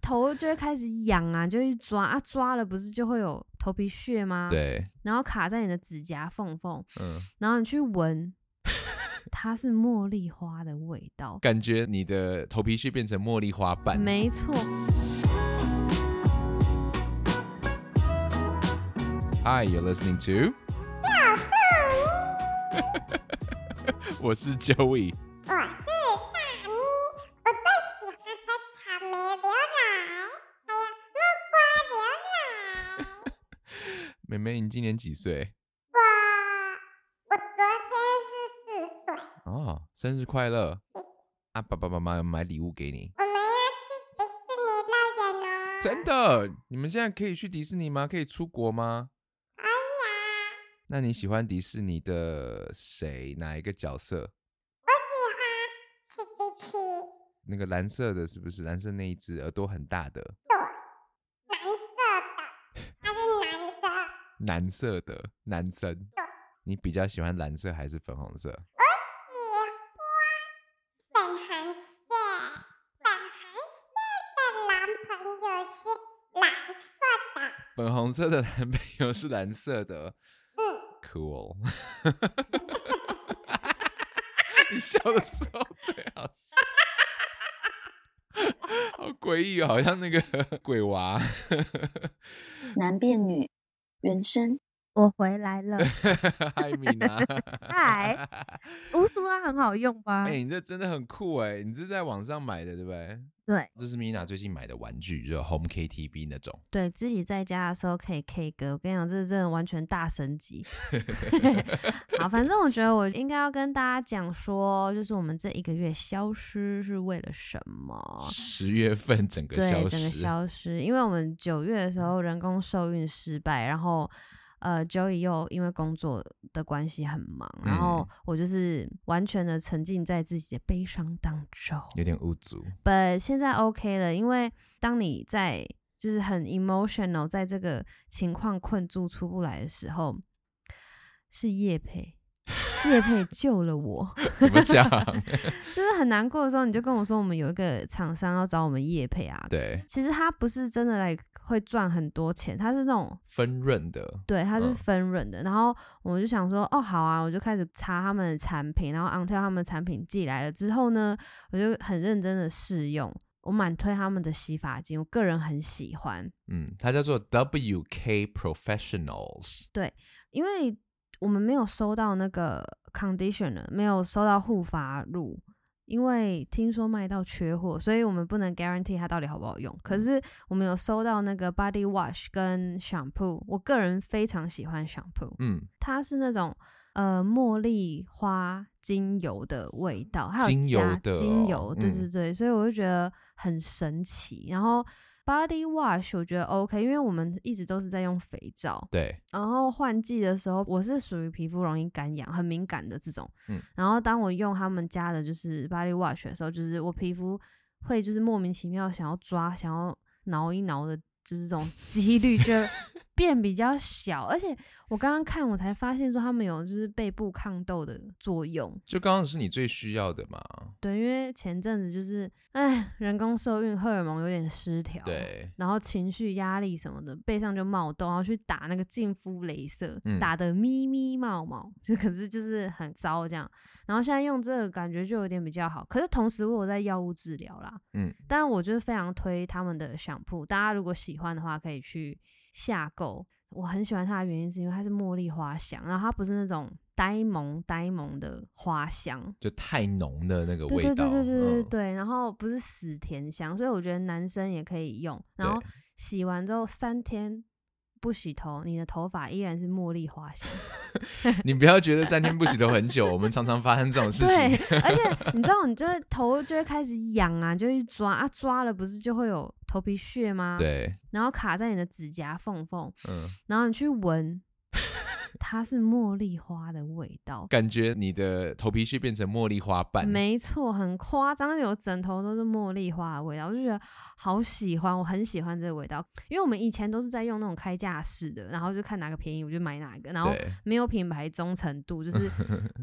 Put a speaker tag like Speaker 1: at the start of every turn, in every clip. Speaker 1: 头就会开始痒啊，就会抓啊，抓了不是就会有头皮屑吗？，
Speaker 2: 对，
Speaker 1: 然后卡在你的指甲缝缝，
Speaker 2: 嗯，
Speaker 1: 然后你去 闻，它是茉莉花的味道，
Speaker 2: 感觉你的头皮屑变成茉莉花瓣。
Speaker 1: 没错。
Speaker 2: Hi, you're listening to 我是 Joey。
Speaker 3: 我是大咪，我最喜欢喝草莓牛奶，还有木瓜牛奶。
Speaker 2: 妹妹，你今年几岁？
Speaker 3: 我我昨天是四岁，
Speaker 2: 哦，生日快乐！啊，爸爸妈妈有买礼物给你。
Speaker 3: 我们要去迪士尼乐园哦。
Speaker 2: 真的，你们现在可以去迪士尼吗？可以出国吗？
Speaker 3: 哎呀，
Speaker 2: 那你喜欢迪士尼的谁？哪一个角色？
Speaker 3: 喜欢吃迪奇，
Speaker 2: 那个蓝色的，是不是蓝色那一只耳朵很大的
Speaker 3: 蓝色的，它是蓝色。
Speaker 2: 蓝色的男生？你比较喜欢蓝色还是粉红色？
Speaker 3: 喜欢粉红色，粉红色的男朋友是蓝色的。
Speaker 2: 粉红色的男朋友是蓝色的
Speaker 3: 嗯，
Speaker 2: ，cool。你笑的时候最好笑，好诡异哦，好像那个鬼娃。
Speaker 4: 男变女，原声
Speaker 1: 我回来了，
Speaker 2: 嗨，米娜。
Speaker 1: 嗨。无什么很好用吧
Speaker 2: 哎、你这真的很酷哎、你是在网上买的对不对？
Speaker 1: 对
Speaker 2: 这是米娜最近买的玩具，就是 Home KTV 那种。
Speaker 1: 对，自己在家的时候可以 K 歌，我跟你讲，这真的完全大升级。 好，反正我觉得我应该要跟大家讲说，就是我们这一个月消失是为了什么？
Speaker 2: 十月份整个
Speaker 1: 哦对，整个
Speaker 2: 消失，嗯
Speaker 1: 消失，因为我们九月的时候人工受孕失败，然后呃，Joey 又因为工作的关系很忙，然
Speaker 2: 嗯
Speaker 1: 后我就是完全的沉浸在自己的悲伤当中。
Speaker 2: 有点无足。
Speaker 1: but 现在 OK 了，因为当你在就是很 emotional，在这个情况困住出不来的时候，是叶佩，叶 佩救了我。
Speaker 2: 怎么讲？
Speaker 1: 就是很难过的时候，你就跟我说我们有一个厂商要找我们叶佩啊。
Speaker 2: 对，
Speaker 1: 其实他不是真的来会赚很多钱，他是那种
Speaker 2: 分润的。
Speaker 1: 对，它是
Speaker 2: 嗯
Speaker 1: 分润的。然后我就想说，哦，好啊，我就开始查他们的产品，然后 until 他们的产品寄来了之后呢，我就很认真的试用。我蛮推他们的洗发精，我个人很喜欢，
Speaker 2: 嗯，它叫做 WK Professionals。
Speaker 1: 因为我们没有收到那个 conditioner，没有收到护发乳，因为听说卖到缺货，所以我们不能 guarantee 它到底好不好用。
Speaker 2: 嗯
Speaker 1: 可是我们有收到那个 body wash 跟 shampoo，我个人非常喜欢 shampoo。
Speaker 2: 嗯，
Speaker 1: 它是那种呃茉莉花精油的味道，还有
Speaker 2: 精油
Speaker 1: 加
Speaker 2: 的
Speaker 1: 精
Speaker 2: 哦
Speaker 1: 油，对
Speaker 2: 嗯
Speaker 1: 对对，所以我就觉得很神奇。然后 body wash 我觉得 OK，因为我们一直都是在用肥皂，
Speaker 2: 对，
Speaker 1: 然后换季的时候我是属于皮肤容易干痒、很敏感的这种，
Speaker 2: 嗯
Speaker 1: 然后当我用他们家的就是 body wash 的时候，就是我皮肤会就是莫名其妙想要抓、想要挠一挠的。就是 这种几率就变比较小，而且我刚刚看我才发现说他们有就是背部抗痘的作用，
Speaker 2: 就刚刚是你最需要的嘛。
Speaker 1: 对，因为前阵子就是哎人工受孕荷尔蒙有点失调，，
Speaker 2: 对，
Speaker 1: 然后情绪压力什么的，背上就冒痘，然后去打那个净肤镭射，
Speaker 2: 嗯
Speaker 1: 打的咪咪冒冒，这可是就是很糟这样，然后现在用这个感觉就有点比较好，可是同时我有在药物治疗啦，
Speaker 2: 嗯，
Speaker 1: 但我就是非常推他们的香铺，大家如果喜欢的话，可以去下购。我很喜欢它的原因是因为它是茉莉花香，然后它不是那种呆萌呆萌的花香，
Speaker 2: 就太浓的那个
Speaker 1: 对
Speaker 2: 味
Speaker 1: 对
Speaker 2: 道。
Speaker 1: 对对对对
Speaker 2: 嗯
Speaker 1: 对，然后不是死甜香，所以我觉得男生也可以用。然后
Speaker 2: 对
Speaker 1: 洗完之后三天不洗头，你的头发依然是茉莉花 香。
Speaker 2: 你不要觉得三天不洗头很 久，我们常常发生这种事情。
Speaker 1: 对，而且你知道，你就会头就会开始痒啊，就会抓啊，抓了不是就会有头皮屑吗？
Speaker 2: 对，
Speaker 1: 然后卡在你的指甲缝缝，
Speaker 2: 嗯，
Speaker 1: 然后你去 闻，它是茉莉花的味道，
Speaker 2: 感觉你的头皮屑变成茉莉花瓣。
Speaker 1: 没错，很夸张，有枕头都是茉莉花的味道，我就觉得好喜欢，我很喜欢这个味道，因为我们以前都是在用那种开架式的，然后就看哪个便宜我就买哪个，然后
Speaker 2: 对，
Speaker 1: 没有品牌忠诚度， 就是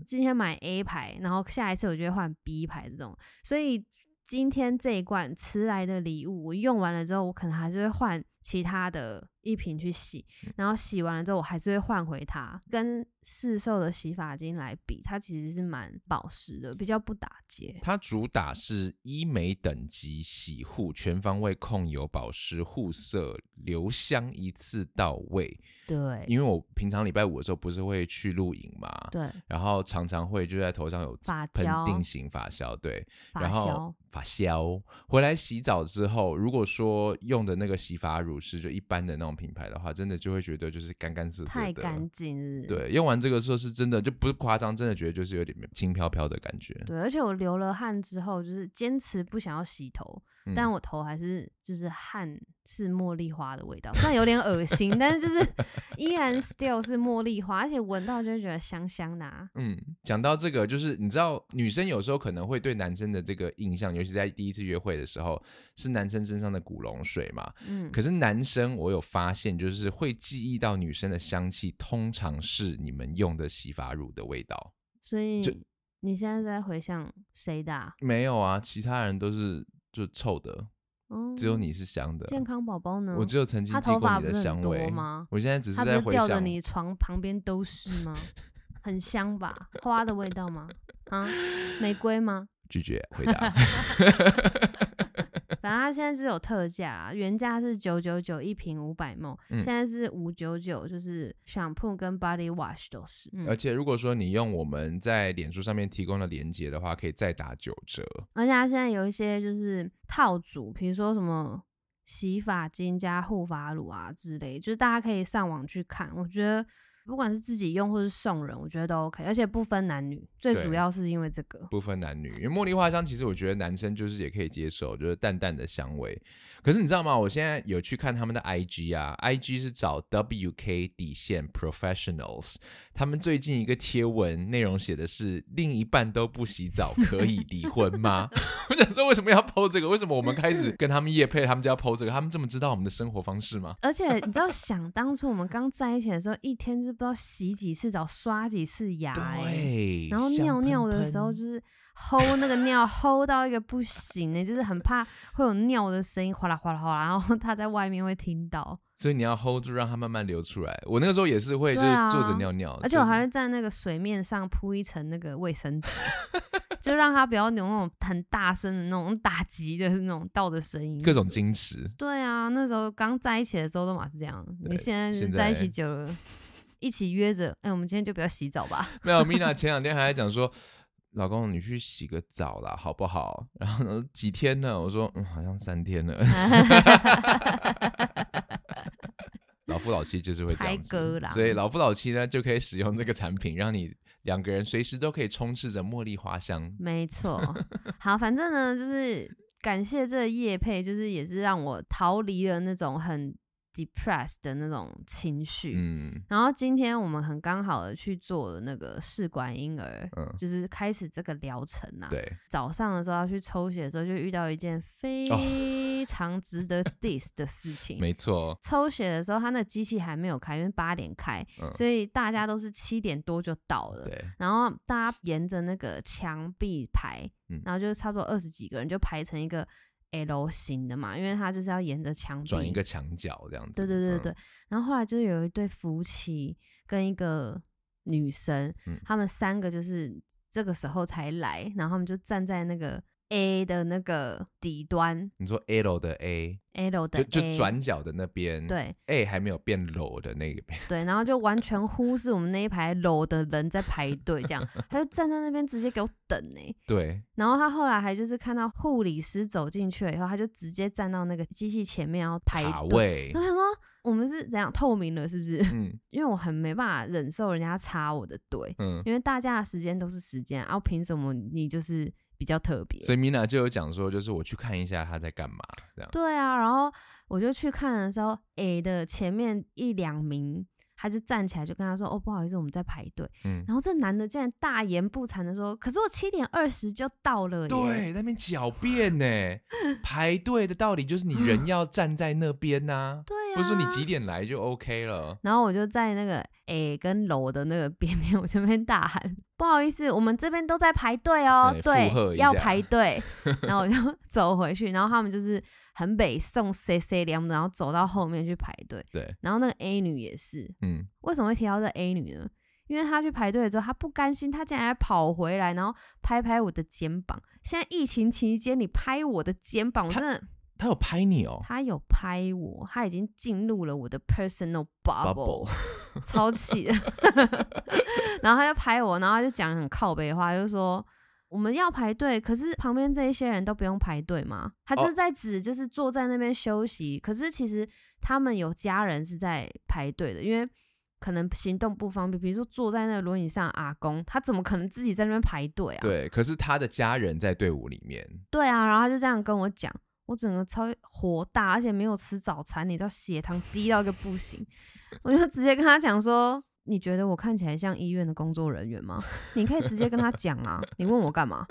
Speaker 1: 今天买 A 牌，然后下一次我就会换 B 牌这种，所以。今天这一罐迟来的礼物，我用完了之后，我可能还是会换其他的一瓶去洗，
Speaker 2: 嗯
Speaker 1: 然后洗完了之后，我还是会换回它。跟市售的洗发精来比，它其实是蛮保湿的，比较不打结。
Speaker 2: 它主打是医美等级洗护，全方位控油、保湿、护色、留香，一次到位。
Speaker 1: 对
Speaker 2: 因为我平常礼拜五的时候不是会去露营嘛，
Speaker 1: 对，
Speaker 2: 然后常常会就在头上有
Speaker 1: 发
Speaker 2: 喷
Speaker 1: 胶
Speaker 2: 定型发胶，对，
Speaker 1: 发
Speaker 2: 然
Speaker 1: 胶
Speaker 2: 后发胶回来洗澡之后，如果说用的那个洗发乳是就一般的那种品牌的话，真的就会觉得就是干干涩涩
Speaker 1: 太
Speaker 2: 的。
Speaker 1: 干净了。
Speaker 2: 对，用完这个时候是真的，就不是夸张，真的觉得就是有点轻飘飘的感觉。
Speaker 1: 对，而且我流了汗之后，就是坚持不想要洗头，
Speaker 2: 嗯
Speaker 1: 但我头还是就是汗是茉莉花的味道，虽然有点恶心，但是就是 依然 still 是茉莉花，而且闻到就会觉得香香的、啊。
Speaker 2: 嗯，讲到这个，就是你知道，女生有时候可能会对男生的这个印象，尤其在第一次约会的时候，是男生身上的古龙水嘛。
Speaker 1: 嗯，
Speaker 2: 可是男生，我有发现，就是会记忆到女生的香气，通常是你们用的洗发乳的味道。
Speaker 1: 所以你现在在回想谁的、啊？
Speaker 2: 没有啊，其他人都是就臭的，
Speaker 1: 哦，
Speaker 2: 只有你是香的。
Speaker 1: 健康宝宝呢？
Speaker 2: 我只有曾经
Speaker 1: 他
Speaker 2: 记
Speaker 1: 头发
Speaker 2: 过
Speaker 1: 不
Speaker 2: 你的
Speaker 1: 是很
Speaker 2: 香
Speaker 1: 多
Speaker 2: 味
Speaker 1: 吗
Speaker 2: 我现在只
Speaker 1: 他
Speaker 2: 是
Speaker 1: 不
Speaker 2: 在
Speaker 1: 是
Speaker 2: 回
Speaker 1: 掉的
Speaker 2: 想，
Speaker 1: 你床旁边都是吗？很香吧？花的味道吗？啊，玫瑰吗？
Speaker 2: 拒绝回 答。
Speaker 1: 反正它现在是有特价啊，原价是九九九一瓶五百梦，
Speaker 2: 嗯
Speaker 1: 现在是五九九，就是 shampoo 跟 body wash 都是。嗯
Speaker 2: 而，且如果说你用我们在脸书上面提供的链接的话，可以再打九折。
Speaker 1: 而且它现在有一些就是套组，比如说什么洗发精加护发乳啊之类，就是大家可以上网去看。我觉得不管是自己用或是送人，我觉得都 OK，而且不分男女，最
Speaker 2: 对
Speaker 1: 主要是因为这个。
Speaker 2: 不分男女，因为茉莉花香其实我觉得男生就是也可以接受，就是淡淡的香味。可是你知道吗？我现在有去看他们的 IG 啊，IG 是找 WK 底线 Professionals，他们最近一个贴文内容写的是另一半都不洗澡可以离婚吗？ 我想说为什么要 PO 这个？为什么我们开始跟他们夜配，他们就要 PO 这个？他们这么知道我们的生活方式吗？
Speaker 1: 而且你知 道，想当初我们刚在一起的时候，一天就不知道洗几次澡、刷几次牙、欸。
Speaker 2: 对，
Speaker 1: 然后
Speaker 2: 香
Speaker 1: 尿
Speaker 2: 喷
Speaker 1: 尿的时候
Speaker 2: 喷
Speaker 1: 就是齁那个尿齁到一个不行呢、就是很怕会有尿的声音哗啦哗啦哗啦，然后 他在外面会听到，
Speaker 2: 所以你要 hold 住，让它慢慢流出来。我那个时候也是会，就
Speaker 1: 对
Speaker 2: 是
Speaker 1: 啊
Speaker 2: 坐着尿尿，
Speaker 1: 而且我
Speaker 2: 哦就是
Speaker 1: 还会在那个水面上铺一层那个卫生纸， 就让他不要有那种很大声的那种打击的那种倒的声音，
Speaker 2: 各种。矜持。
Speaker 1: 对啊，那时候刚在一起的时候都嘛是这样，
Speaker 2: 对
Speaker 1: 你现在是
Speaker 2: 现
Speaker 1: 在一
Speaker 2: 在
Speaker 1: 起久了，一起约着，哎、我们今天就不要洗澡吧。
Speaker 2: 没有，Mina 前两天还在讲说，老公你去洗个澡啦，好不好？然后呢几天呢？我说嗯，好像三 天了。老夫老妻就是会这样
Speaker 1: 拍歌
Speaker 2: 子
Speaker 1: 啦，
Speaker 2: 所以老夫老妻呢就可以使用这个产品，让你两个人随时都可以充斥着茉莉花香。
Speaker 1: 没 错，好，反正呢，就是感谢这个叶配，就是也是让我逃离了那种很 depressed 的那种情绪。
Speaker 2: 嗯
Speaker 1: 然后今天我们很刚好的去做了那个试管婴儿，
Speaker 2: 嗯，
Speaker 1: 就是开始这个疗程啊。
Speaker 2: 对，
Speaker 1: 早上的时候要去抽血的时候，就遇到一件非常值得 diss 的事情。
Speaker 2: 哦没错，
Speaker 1: 抽血的时候，他那机器还没有开，因为八点开，
Speaker 2: 嗯
Speaker 1: 所以大家都是七点多就到了。
Speaker 2: 对，
Speaker 1: 然后大家沿着那个墙壁排，
Speaker 2: 嗯
Speaker 1: 然后就差不多二十几个人就排成一个 L 型的嘛，因为他就是要沿着墙壁
Speaker 2: 转一个。墙角这样子。
Speaker 1: 对对对
Speaker 2: 嗯
Speaker 1: 对、然后后来就是有一对夫妻跟一个女生，
Speaker 2: 嗯
Speaker 1: 他们三个就是这个时候才来，然后他们就站在那个 A 的那个底端
Speaker 2: 你说 L 的 A，
Speaker 1: L 的
Speaker 2: 就
Speaker 1: A,
Speaker 2: 就转角的那边，
Speaker 1: 对
Speaker 2: ，A 还没有变 low 的那个边，
Speaker 1: 对，然后就完全忽视我们那一排楼的人在排队，这 样他就站在那边直接给我等呢、
Speaker 2: 对，
Speaker 1: 然后他后来还就是看到护理师走进去了以后，他就直接站到那个机器前面要排
Speaker 2: 卡
Speaker 1: 队。
Speaker 2: 位
Speaker 1: 然，后他说：“我们是怎样透明了是不是？
Speaker 2: 嗯
Speaker 1: 因为我很没办法忍受人家插我的队，
Speaker 2: 嗯，
Speaker 1: 因为大家的时间都是时间，然、后凭什么你就是比较特别？
Speaker 2: 所以 Mina 就有讲说，就是我去看一下他在干嘛，这样，
Speaker 1: 对啊，然后我就去看的时候，A 的前面一两名。他就站起来就跟他说：“哦，不好意思，我们在排队。”
Speaker 2: 嗯，
Speaker 1: 然后这男的竟然大言不惭的说：“可是我七点二十就到了耶。”
Speaker 2: 对，那边狡 辩呢，排队的道理就是你人要站在那边呐、
Speaker 1: 对啊呀、
Speaker 2: 不是说你几点来就 OK 了。
Speaker 1: 然后我就在那个诶、跟楼的那个边边，我这边大喊：“不好意思，我们这边都在排队哦
Speaker 2: 哎，附和
Speaker 1: 对，
Speaker 2: 一
Speaker 1: 要
Speaker 2: 下
Speaker 1: 排队。”然后我就 走回去，然后他们就是很北宋 C C 两然后走到后面去排队。
Speaker 2: 对，
Speaker 1: 然后那个 A 女也是，
Speaker 2: 嗯，
Speaker 1: 为什么会提到这 A 女呢？因为她去排队了之后，她不甘心，她竟然还跑回来，然后拍拍我的肩膀。现在疫情期间，你拍我的肩膀，我真的，
Speaker 2: 他有拍你哦
Speaker 1: 她有拍我，她已经进入了我的 personal bubble。超 气的。然后他就拍我，然后他就讲很靠北的话，就说我们要排队，可是旁边这一些人都不用排队嘛。他就是在指就是坐在那边休息，可是其实他们有家人是在排队的，因为。可能行动不方便，比如说坐在那个轮椅上，阿公他怎么可能自己在那边排队啊？
Speaker 2: 对，可是他的家人在队伍里面，
Speaker 1: 对啊，然后他就这样跟我讲，我整个超火大，而且没有吃早餐，你知道血糖低到一个不行，我就直接跟他讲说，你觉得我看起来像医院的工作人员吗？你可以直接跟他讲啊，你问我干嘛？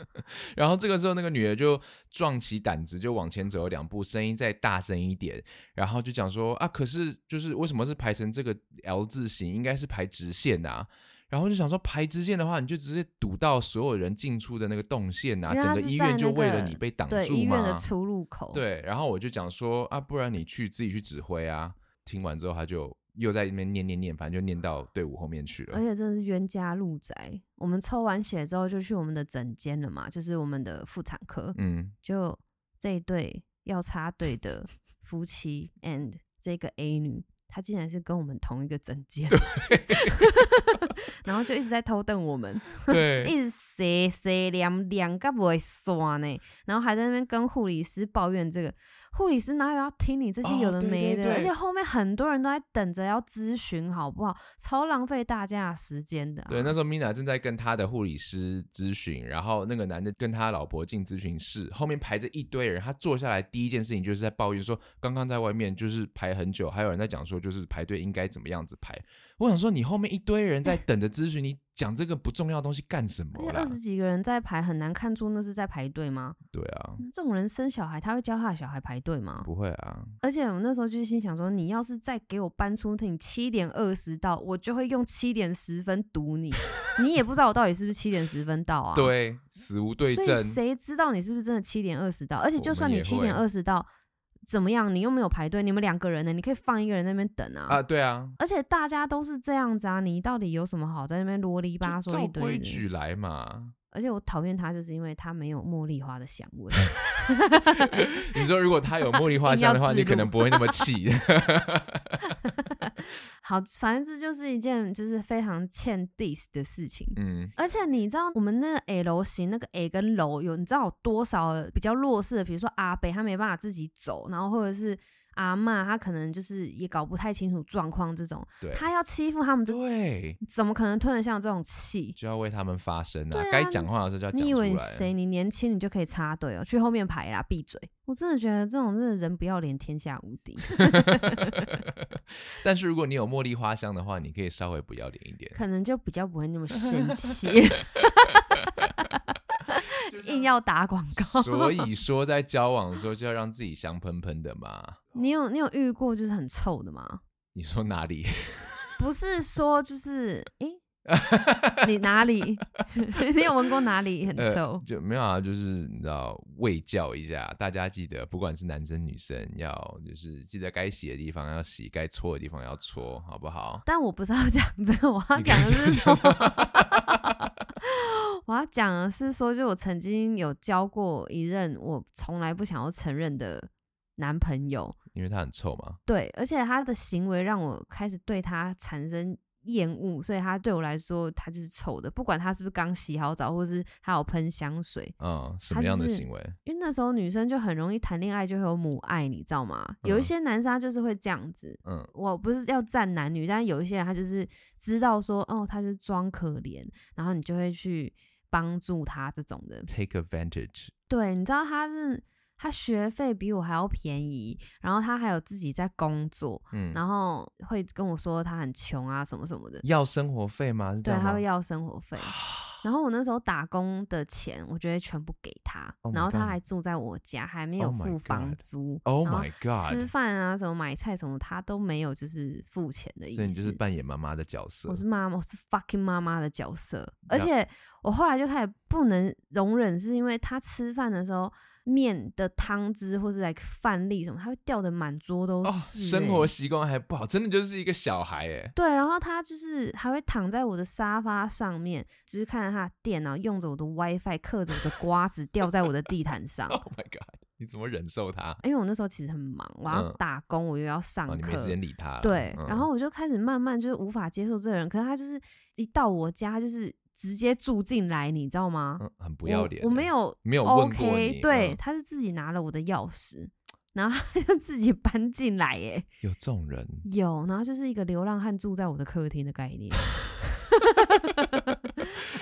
Speaker 2: 然后这个时候那个女的就壮起胆子就往前走了两步，声音再大声一点，然后就讲说啊，可是就是为什么是排成这个 L 字形，应该是排直线的啊。然后就想说排直线的话，你就直接堵到所有人进出的那个动线呐、
Speaker 1: 因为
Speaker 2: 整
Speaker 1: 它
Speaker 2: 个
Speaker 1: 是
Speaker 2: 医
Speaker 1: 在
Speaker 2: 院就
Speaker 1: 那
Speaker 2: 为
Speaker 1: 个
Speaker 2: 了你被挡
Speaker 1: 对，
Speaker 2: 住
Speaker 1: 医院的
Speaker 2: 嘛。
Speaker 1: 出入口，，
Speaker 2: 对，然后我就讲说啊，不然你去自己去指挥啊。听完之后，他就又在那边念念念，反正就念到队伍后面去
Speaker 1: 而
Speaker 2: 了。
Speaker 1: 且真的是冤家路窄。我们抽完血之后就去我们的诊间了嘛，就是我们的妇产科，
Speaker 2: 嗯，
Speaker 1: 就这一对要插队的夫妻 and 这个 A 女，她竟然是跟我们同一个整间， 然后就一直在偷瞪我们，
Speaker 2: 对，
Speaker 1: 一直斜斜两两个不会刷呢，然后还在那边跟护理师抱怨这个。护理师哪有要听你这些
Speaker 2: 哦
Speaker 1: 有的
Speaker 2: 对对
Speaker 1: 没的，
Speaker 2: 对
Speaker 1: 而且后面很多人都在等着要咨询，好不好？超浪费大家的时间的啊、
Speaker 2: 对，那时候 Mina 正在跟她的护理师咨询，然后那个男的跟他老婆进咨询室，后面排着一堆人。他坐下来第一件事情就是在抱怨说，刚刚在外面就是排很久，还有人在讲说就是排队应该怎么样子排。我想说，你后面一堆人在等着咨询，你讲这个不重要的东西干什
Speaker 1: 而且
Speaker 2: 么啦
Speaker 1: 二？十几个人在排，很难看出那是在排队吗？
Speaker 2: 对啊，
Speaker 1: 这种人生小孩，他会教他的小孩排队吗？
Speaker 2: 不会啊，
Speaker 1: 而且我那时候就心想说，你要是再给我搬出你七点二十到，我就会用七点十分堵你。你也不知道我到底是不是七点十分到啊？，
Speaker 2: 对，死无对
Speaker 1: 所以
Speaker 2: 证。
Speaker 1: 谁知道你是不是真的七点二十到？而且
Speaker 2: 我
Speaker 1: 就
Speaker 2: 们
Speaker 1: 算你
Speaker 2: 也
Speaker 1: 七
Speaker 2: 会
Speaker 1: 点二十到，怎么样？你又没有排队，你们两个人呢？你可以放一个人在那边等啊。
Speaker 2: 啊，对啊，
Speaker 1: 而且大家都是这样子啊，你到底有什么好在那边啰里吧
Speaker 2: 就
Speaker 1: 嗦
Speaker 2: 照
Speaker 1: 一堆
Speaker 2: 规
Speaker 1: 的
Speaker 2: 矩 来嘛。
Speaker 1: 而且我讨厌他，就是因为他没有茉莉花的香 味。
Speaker 2: 你说如果他有茉莉花
Speaker 1: 硬
Speaker 2: 香
Speaker 1: 要
Speaker 2: 的话，
Speaker 1: 自
Speaker 2: 你可
Speaker 1: 入
Speaker 2: 能不会那么气。
Speaker 1: 好，反正这就是一件就是非常欠 diss 的事情。
Speaker 2: 嗯，
Speaker 1: 而且你知道我们那个 L 型那个 A 跟楼有，你知道有多少比较弱势的，比如说阿北他没办法自己走，然后或者是阿嬷他可能就是也搞不太清楚状况这种，
Speaker 2: 对，
Speaker 1: 他要欺负他们，这
Speaker 2: 对，
Speaker 1: 怎么可能吞得下这种气？
Speaker 2: 就要为他们发声
Speaker 1: 对啊
Speaker 2: 该讲话的时候就要讲
Speaker 1: 你以
Speaker 2: 出
Speaker 1: 为你
Speaker 2: 来。啊
Speaker 1: 谁？你年轻你就可以插队哦，去后面排啦，闭嘴！我真的觉得这种真的人不要脸，天下无敌。
Speaker 2: 但是如果你有茉莉花香的话，你可以稍微不要脸一点。
Speaker 1: 可能就比较不会那么 生气，硬要打广告。
Speaker 2: 所以说，在交往的时候就要让自己香喷喷的嘛。
Speaker 1: 你有你有遇过就是很臭的吗？
Speaker 2: 你说哪里？
Speaker 1: 不是说就是 诶，你哪里？ 你有闻过哪里很
Speaker 2: 呃
Speaker 1: 臭？
Speaker 2: 就没有啊，就是你知道喂教一下大家，记得不管是男生女生，要就是记得该洗的地方要洗，该搓的地方要搓，好不好？
Speaker 1: 但我不是要讲这个，我要
Speaker 2: 你
Speaker 1: 讲
Speaker 2: 刚
Speaker 1: 的是说
Speaker 2: 讲什，
Speaker 1: 我要讲的是说，就我曾经有交过一任我从来不想要承认的男朋友，
Speaker 2: 因为它很臭嘛。
Speaker 1: 对，而且他的行为让我开始对他产生厌恶，所以他对我来说，他就是臭的，不管他是不是刚洗好澡，或是他有喷香水。
Speaker 2: 嗯，什
Speaker 1: 它
Speaker 2: 么样的
Speaker 1: 是
Speaker 2: 行为？
Speaker 1: 因为那时候女生就很容易谈恋爱就会有母爱，你知道吗？有一
Speaker 2: 嗯
Speaker 1: 些男生他就是会这样子。
Speaker 2: 嗯，
Speaker 1: 我不是要站男女，但有一些人他就是知道说，哦，他就是装可怜，然后你就会去帮助他这种的。
Speaker 2: take advantage。
Speaker 1: 对，你知道他是他学费比我还要便宜，然后他还有自己在工作，
Speaker 2: 嗯，
Speaker 1: 然后会跟我说他很穷啊什么什么的，
Speaker 2: 要生活费吗？是这
Speaker 1: 对，
Speaker 2: 样吗
Speaker 1: 他会要生活 费。然后我那时候打工的钱，我觉得全部给他
Speaker 2: Oh my
Speaker 1: 然后他
Speaker 2: God
Speaker 1: 还住在我家，还没有
Speaker 2: Oh my
Speaker 1: 付房
Speaker 2: God
Speaker 1: 租。
Speaker 2: Oh
Speaker 1: 然后
Speaker 2: my
Speaker 1: 吃
Speaker 2: god！
Speaker 1: 饭啊，什么买菜什么，他都没有就是付钱的意思。
Speaker 2: 所以你就是扮演妈妈的角色
Speaker 1: 我，是妈妈，我是 fucking 妈妈的角色。而且我后来就开始不能容忍，是因为他吃饭的时候面的汤汁或是 like 饭粒什么，他会掉的满桌都
Speaker 2: 哦，
Speaker 1: 是、欸
Speaker 2: 生活。习惯还不好，真的就是一个小孩哎。
Speaker 1: 对，然后他就是还会躺在我的沙发上面，只是看着他的电脑，用着我的 WiFi 嗑着我的瓜子，掉在我的地毯 上。
Speaker 2: Oh my god！你怎么忍受他？
Speaker 1: 因为我那时候其实很忙，我要
Speaker 2: 嗯
Speaker 1: 打工，我又要上
Speaker 2: 哦，你没
Speaker 1: 课，
Speaker 2: 时间理他了。
Speaker 1: 对，
Speaker 2: 嗯
Speaker 1: 然后我就开始慢慢就是无法接受这个人，可是他就是一到我家他就是直接住进来，你知道吗？
Speaker 2: 嗯很不要脸
Speaker 1: 我，我
Speaker 2: 欸
Speaker 1: 没有
Speaker 2: 没有问过
Speaker 1: OK，
Speaker 2: 你
Speaker 1: 对，
Speaker 2: 嗯
Speaker 1: 他是自己拿了我的钥匙，然后他就自己搬进来，耶，
Speaker 2: 有这种人，
Speaker 1: 有，然后就是一个流浪汉住在我的客厅的概念。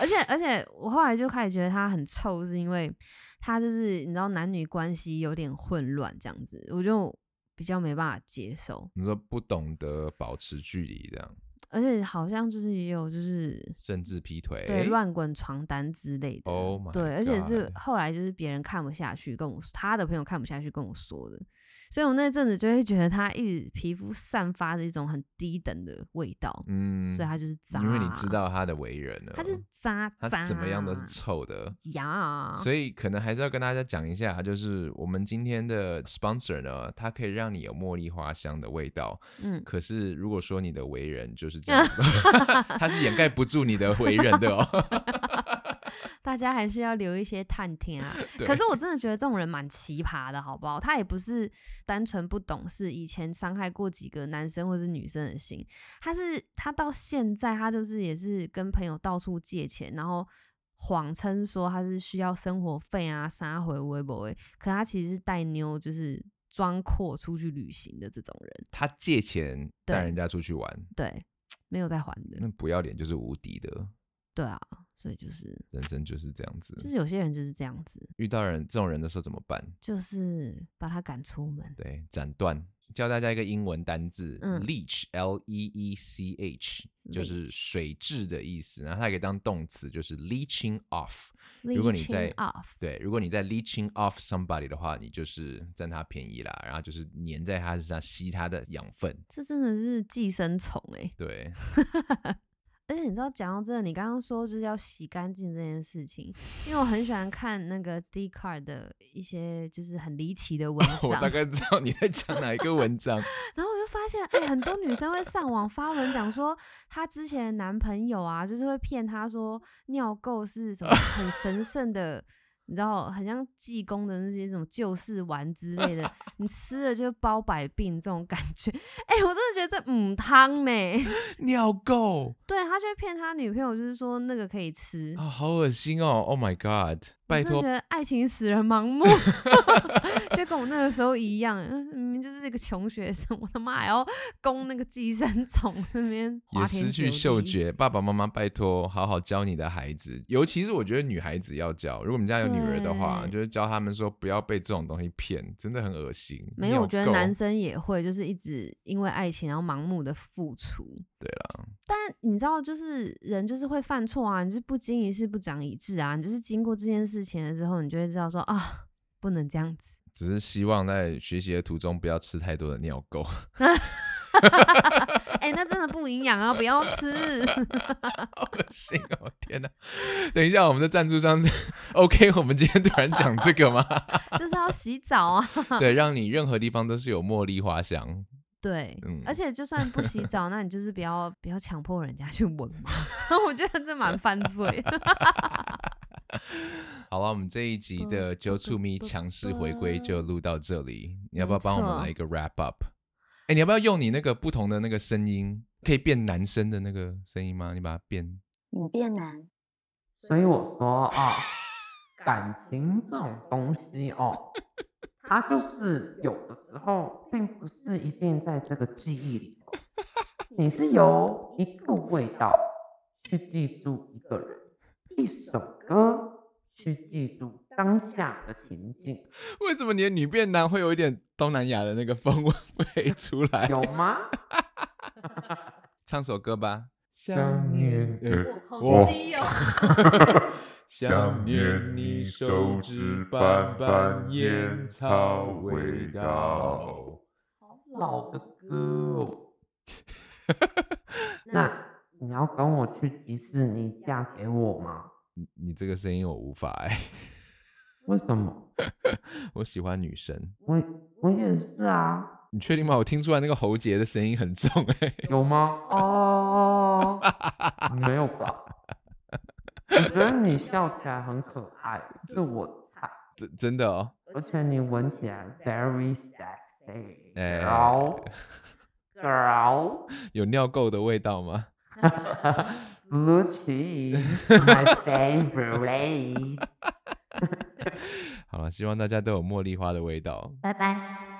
Speaker 1: 而且而且，我后来就开始觉得他很臭，是因为他就是你知道男女关系有点混乱这样子，我就比较没办法接受。
Speaker 2: 你说不懂得保持距离，这样
Speaker 1: 而且好像就是也有就是
Speaker 2: 甚至劈腿，
Speaker 1: 对乱滚床单之类的。
Speaker 2: Oh my
Speaker 1: 对，而且是
Speaker 2: God
Speaker 1: 后来就是别人看不下去，跟我说他的朋友看不下去跟我说的，所以我那阵子就会觉得他一直皮肤散发着一种很低等的味道，
Speaker 2: 嗯，
Speaker 1: 所以他就是渣。
Speaker 2: 因为你知，道他的为人了，
Speaker 1: 他就是渣渣，
Speaker 2: 他怎么样都是臭的。
Speaker 1: 呀。
Speaker 2: 所以可能还是要跟大家讲一下，啊就是我们今天的 sponsor 呢，它可以让你有茉莉花香的味道。
Speaker 1: 嗯，
Speaker 2: 可是如果说你的为人就是这样子的 话，它是掩盖不住你的为人的哦。
Speaker 1: 大家还是要留一些探听啊。
Speaker 2: 对
Speaker 1: 可是我真的觉得这种人蛮奇葩的，好不好？他也不是单纯不懂事，以前伤害过几个男生或是女生的心，他是他到现在他就是也是跟朋友到处借钱，然后谎称说他是需要生活费啊、杀回微博，欸可他其实是带妞，就是装阔出去旅行的这种人，
Speaker 2: 他借钱
Speaker 1: 对
Speaker 2: 带人家出去玩，
Speaker 1: 对，没有在还
Speaker 2: 那
Speaker 1: 的，
Speaker 2: 不要脸就是无敌的，
Speaker 1: 对啊，所以就是
Speaker 2: 人生就是这样子。
Speaker 1: 就是有些人就是这样子，
Speaker 2: 遇到人这种人的时候怎么办？
Speaker 1: 就是把他赶出门。
Speaker 2: 对，斩断。教大家一个英文单字、
Speaker 1: 嗯
Speaker 2: l e a c h L E E C H，就是水蛭的意思。然后它也可以当动词，就是 leeching off。如果你
Speaker 1: Leeching
Speaker 2: 在
Speaker 1: off，
Speaker 2: 对，如果你在 leeching off somebody 的话，你就是占他便宜啦，然后就是粘在他身上吸他的养分。
Speaker 1: 这真的是寄生虫哎、
Speaker 2: 对，
Speaker 1: 而且你知道，讲到这个，你刚刚说就是要洗干净这件事情，因为我很喜欢看那个 d c a r 的一些就是很离奇的文章，
Speaker 2: 我大概知道你在讲哪一个 文章。
Speaker 1: 然后我就发现，哎、很多女生会上网发文讲说，她之前的男朋友啊，就是会骗她说尿垢是什么很神圣的，你知道，很像济公的那些什么救世丸之类的，你吃了就包百病这种感觉。哎、我真的觉得这母汤呢，
Speaker 2: 尿垢
Speaker 1: 对他就会骗他女朋友，就是说那个可以吃。
Speaker 2: 啊、好恶心哦！Oh my god！
Speaker 1: 我
Speaker 2: 拜
Speaker 1: 真的
Speaker 2: 托
Speaker 1: 觉，得爱情使人盲 目， 就跟我那个时候一样，嗯明明就是一个穷学生，我他妈还要供那个寄生虫那边，
Speaker 2: 也失去嗅。觉。爸爸妈妈，拜托，好好教你的孩子，尤其是我觉得女孩子要教。如果你们家有女儿的话，
Speaker 1: 对
Speaker 2: 就是教他们说不要被这种东西骗，真的很恶心。
Speaker 1: 没有，我觉得男
Speaker 2: 生
Speaker 1: 生也会，就是一直因为爱情然后盲目的付出。
Speaker 2: 对了，
Speaker 1: 但你知道，就是人就是会犯错啊，你就是不经一事不长一智啊，你就是经过这件事情了之后，你就会知道说啊，不能这样子。
Speaker 2: 只是希望在学习的途中不要吃太多的尿垢。
Speaker 1: 哎、那真的不营养啊，不要吃。
Speaker 2: 好恶心哦！天哪， 等一下，我们的赞助商 OK，我们今天突然讲这 个吗？
Speaker 1: 就是要洗澡啊。
Speaker 2: 对，让你任何地方都是有茉莉花香。
Speaker 1: 对，
Speaker 2: 嗯
Speaker 1: 而且就算不洗澡，那你就是不要不要强迫人家去闻嘛。 我觉得这蛮犯罪。
Speaker 2: 好了，我们这一集
Speaker 1: 嗯
Speaker 2: 的九醋咪强势回归就录到这里。你要不要帮我
Speaker 1: 没
Speaker 2: 们
Speaker 1: 错
Speaker 2: 来一个 wrap up？哎、你要不要用你那个不同的那个声音，可以变男生的那个声音吗？你把它变。
Speaker 4: 女变男，
Speaker 5: 所以我说 哦，感情这种东西哦，它就是有的时候并不是一定在这个记忆里头，你是由一个味道去记住一个人，一首歌去记住当下的情境，
Speaker 2: 为什么你的女变男会有一点东南亚的那个风味出来？
Speaker 5: 有 吗？
Speaker 2: 唱首歌吧，
Speaker 5: 想念
Speaker 2: 呃
Speaker 6: 我
Speaker 1: 好低哦，
Speaker 6: 想念你手指瓣瓣烟草味道。
Speaker 5: 老的歌哦。 那你要跟我去迪士尼嫁给我吗？
Speaker 2: 你这个声音我无法哎、
Speaker 5: 为什么？
Speaker 2: 我喜欢女生。
Speaker 5: 我我也是啊，
Speaker 2: 你确定吗？我听出来那个喉结的声音很重哎、
Speaker 5: 有吗？ 哦，没有吧？我觉得你笑起来很可爱，是我菜，
Speaker 2: 真真的哦。
Speaker 5: 而且你闻起来 very sexy，
Speaker 2: 哎
Speaker 5: girl girl。
Speaker 2: 有尿垢的味道吗？
Speaker 5: Blue cheese, my favorite.
Speaker 2: 好了，希望大家都有茉莉花的味道。
Speaker 4: 拜拜。